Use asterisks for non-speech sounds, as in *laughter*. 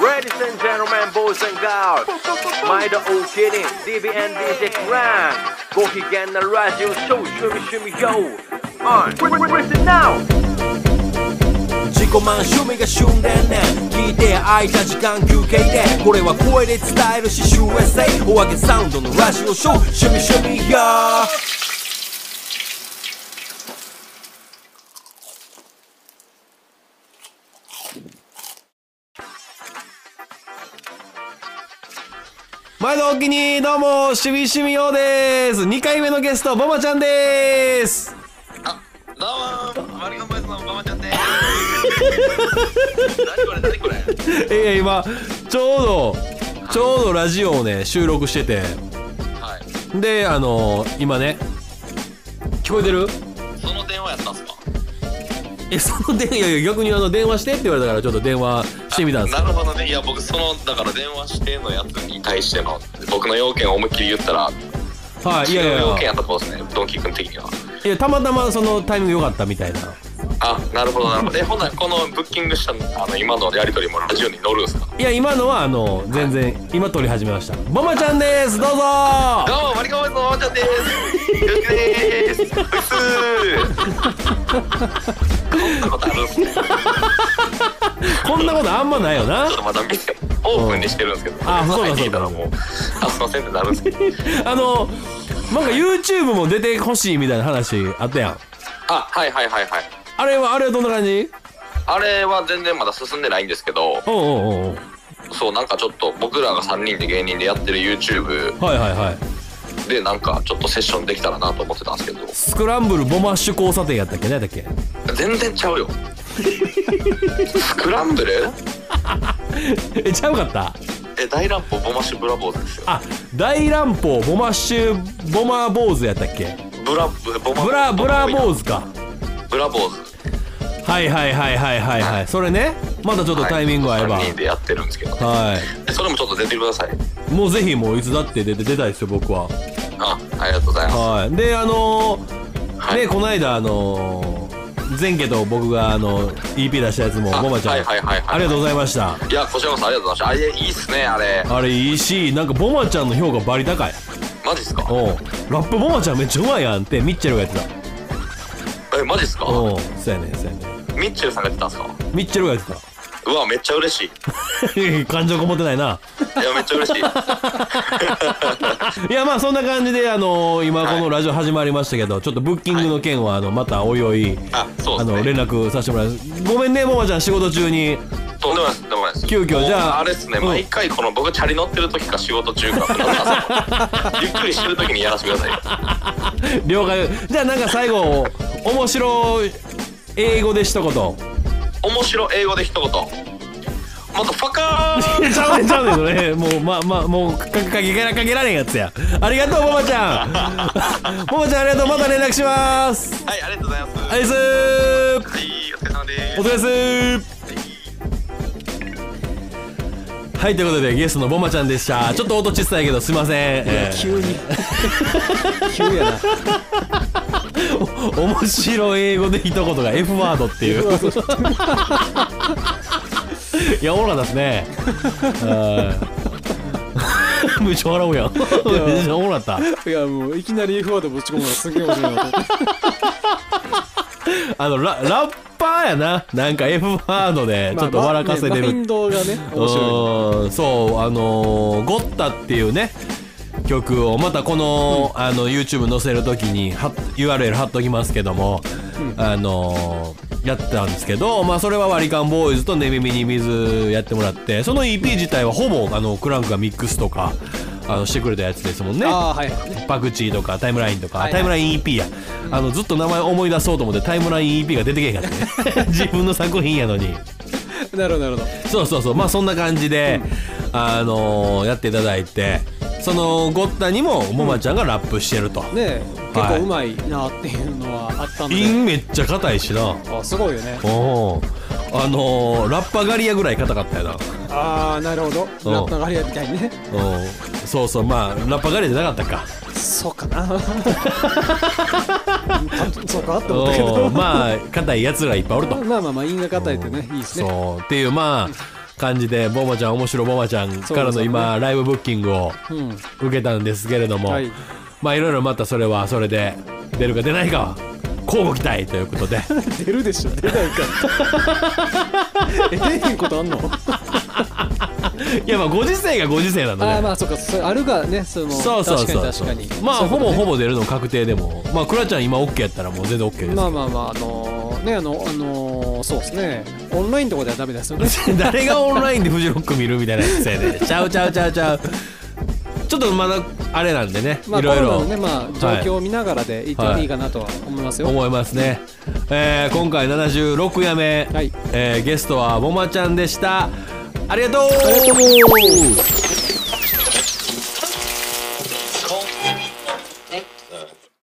Ladies and gentlemen, boys and girls 毎度お気に DBN DJ クランご機嫌なラジオショー趣味趣味 YO On Listen now 自己満趣味が旬でね聞いて空いた時間休憩でこれは声で伝えるし USA お揚げサウンドのラジオショー趣味趣味や毎度お気にどうも趣味趣味ようです2回目のゲストボマちゃんですどうもマリオンバイスのママちゃんです何これ何これいや今ちょうどちょうどラジオをね収録しててはいであの今ね聞こえてるその電話やったんすかえその電話いやいや逆にあの電話してって言われたからちょっと電話してみたんですなるほどねいや僕そのだから電話してのやつに対しての僕の要件を思いっきり言ったらはいいやい違う要やい件ややったってことですねドンキー君的にはいやたまたまそのタイミング良かったみたいなあなるほどなる *laughs* ほどえほんならこのブッキングしたあの今のやり取りもラジオに乗るんすかいや今のはあの全然今撮り始めましたボマちゃんですどうぞどうもマリオンバイスのママちゃんですよろしくですうっすー *laughs* こんなことあるんすねちょっこんなことあんまないよなとまだ見てオープンにしてるんですけど、あそうだ聞そういたらだもうあすいませんってなるんですけどあのなんか YouTube も出てほしいみたいな話あったやんあはいはいはいはいあれはあれはどんな感じあれは全然まだ進んでないんですけどおうおうおうそうなんかちょっと僕らが3人で芸人でやってる YouTube おうはいはいはいでなんかちょっとセッションできたらなと思ってたんですけどスクランブルボマッシュ交差点やったっけねだっけ全然ちゃうよスクランブルえちゃうかったえ大乱歩ボマッシュブラボーですよあ大乱歩ボマッシュボマー坊主やったっけブラブボマブラブラ坊ズ主かブラ坊主はいはいはいはいはいはいそれねまたちょっとタイミング合えば3人でやってるんですけど、ね、はでそれもちょっと出てくださいいもうぜひもういつだって出て出たいですよ僕はあありがとうございますはいであのー、はいねこの間あのー、前家と僕があの EP 出したやつもあボマちゃんはいはいはいはいありがとうございましたいやこちらこそありがとうございましたあれいいっすねあれあれいいしなんかボマちゃんの評価バリ高いマジっすかおうラップボマちゃんめっちゃうまいやんってミッチェルがやってたえマジっすかおうそうやねんそうやねんミッチェルさんがやってたんですかミッチェルがやってうわめっちゃ嬉しいた *laughs* 感情こもってないないやめっち *laughs* ゃ嬉しいいやまあそんな感じであのー、今このラジオ始まりましたけど、ちょっとブッキングの件はあのまたおいおい、あそうあですのね連絡させてもらいますごめんねももちゃん仕事中にとんでもないですとんでもないです急遽じゃあもうあれですねうん毎回この僕チャリ乗ってる時か仕事中かなんなんすかゆっくりしてる時にやらせてくださいよ了解じゃあなんか最後面白い英語で一言面白英語で一 *laughs* 言またファカーちゃうねんちゃうねんそれもうまあまあもうかかけらかけられんやつやありがとうももちゃ *laughs* んももちゃんありがとうまた連絡しますはいありがとうございまアすはいイスお疲れ様ですお疲れっすはいということでゲストのボマちゃんでしたちょっと音小さいけどすいません、えー急に *laughs* 急やな *laughs* 面白い英語で一言が F ワードっていう *laughs* いやおもろかったですねはいめっちゃ笑うやん *laughs* めっちゃおもろかっいやもういきなり F ワードぶち込むのがすげえ面白いなと思ってたあのララッパーやななんか F ワードで *laughs* ちょっと笑かせてまあねマイるンドがね面白うんそうあのーゴッタっていうね曲をまたこの,、あの YouTube 載せるときには URL 貼っときますけども、あのーやってたんですけど、まあ、それはワリカンボーイズと「寝耳に水」やってもらってその EP 自体はほぼあのクランクがミックスとかあのしてくれたやつですもんねいああはいはいパクチーとかタイムラインとか、はいはいタイムライン EP や、あのずっと名前思い出そうと思ってタイムライン EP が出てけへんかったね *laughs* 自分の作品やのに。なるほどなるほどそうそうそうまあそんな感じで、あのーやっていただいてそのゴッタにももまちゃんがラップしてると、ねえ結は構いうまいなっていうのはあったんで、韻めっちゃ硬いしなあすごいよねおーあのーラッパガリアぐらい硬かったよなああなるほどうんラッパガリアみたいにねうんそうそうまあラッパガリアじゃなかったかそうか *laughs* なたそうかって思ったけどうんまあ硬いやつらいっぱいおるとまあまあまあ因果たえてねいいですねそうっていうまあ感じでボマちゃん面白ボマちゃんからの今、ライブブッキングを受けたんですけれども、はいまあいろいろまたそれはそれで出るか出ないかは交互期待ということ *laughs* で出るでしょ出ないか *laughs* え出へんことあんのいやまあご時世がご時世なので、ああまあそうかそれあるがねそのそうそうそう確かに確かにまあそういほうこぼとねほぼ出るの確定でもまあクラちゃん今 OK やったらもう全然 OK です、まあまあまああのーねあのあのーそうですねオンラインとかではダメですよね *laughs* 誰がオンラインでフジロック見るみたいなやつや *laughs* でちゃうちゃうちゃうちゃうちょっとまだあれなんでね、まあいコロろいナのろ、ねまあ状況を見ながらで行ってもいいかなとは思いますよ、思いますね、えー今回76夜目、はいえーゲストはもまちゃんでしたありがとう